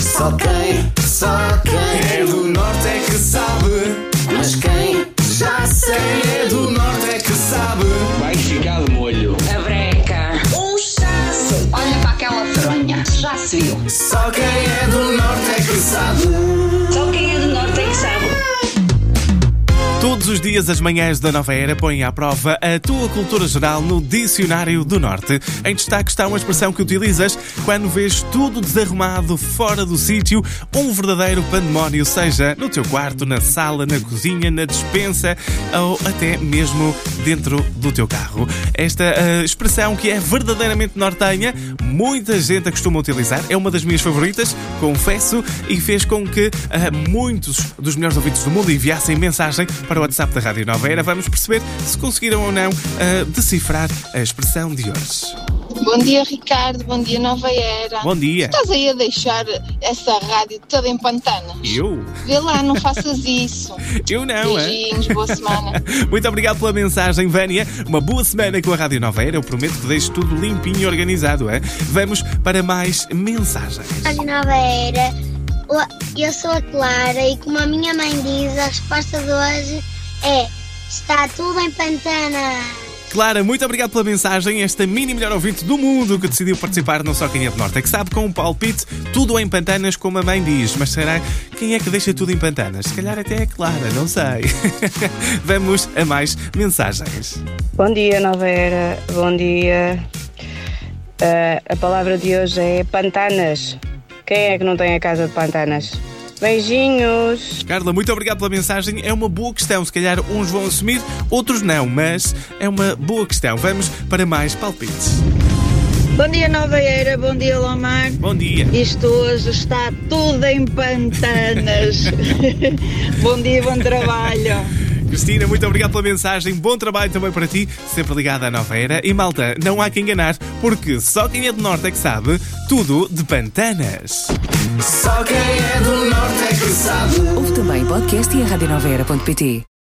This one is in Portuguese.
Só quem, só quem É do norte é que sabe. Mas quem já sei É do norte é que sabe. Vai ficar de molho. A breca. Um chasso. Olha para aquela fronha. Já se viu. Só quem é do norte é que sabe. Só quem é do norte é que sabe. Todos os dias as manhãs da Nova Era põem à prova a tua cultura geral no Dicionário do Norte. Em destaque está uma expressão que utilizas quando vês tudo desarrumado, fora do sítio, um verdadeiro pandemónio, seja no teu quarto, na sala, na cozinha, na despensa ou até mesmo dentro do teu carro. Esta eh, expressão que é verdadeiramente nortenha, muita gente a costuma utilizar, é uma das minhas favoritas, confesso, e fez com que eh, muitos dos melhores ouvintes do mundo enviassem mensagem para o WhatsApp da Rádio Nova Era. Vamos perceber se conseguiram ou não eh, decifrar a expressão de hoje. Bom dia, Ricardo. Bom dia, Nova Era. Bom dia! Estás aí a deixar essa rádio toda em pantana? Eu? Vê lá, não faças isso. Eu não, é? Beijinhos, boa semana. Muito obrigado pela mensagem, Vânia. Uma boa semana com a Rádio Nova Era. Eu prometo que deixo tudo limpinho e organizado, é? Vamos para mais mensagens. Rádio Nova Era. Olá, Eu sou a Clara e como a minha mãe diz, a resposta de hoje é está tudo em pantana. Clara, muito obrigado pela mensagem. Esta mini melhor ouvinte do mundo que decidiu participar não só quem é de Norte, é que sabe com um palpite, tudo em pantanas, como a mãe diz. Mas será quem é que deixa tudo em pantanas? Se calhar até é Clara, não sei. Vamos a mais mensagens. Bom dia, Nova Era. Bom dia. Ah, a palavra de hoje é pantanas. Quem é que não tem a casa de pantanas? Beijinhos. Carla, muito obrigado pela mensagem. É uma boa questão. Se calhar uns vão assumir, outros não, mas é uma boa questão. Vamos para mais palpites. Bom dia, Nova Era. Bom dia, Lomar. Bom dia. Isto hoje está tudo em pantanas. bom dia, bom trabalho. Cristina, muito obrigado pela mensagem. Bom trabalho também para ti, sempre ligada à nova era. E malta, não há que enganar, porque só quem é do norte é que sabe tudo de pantanas. Só quem é do norte é que sabe. Ouve também podcast e a radionovera.pt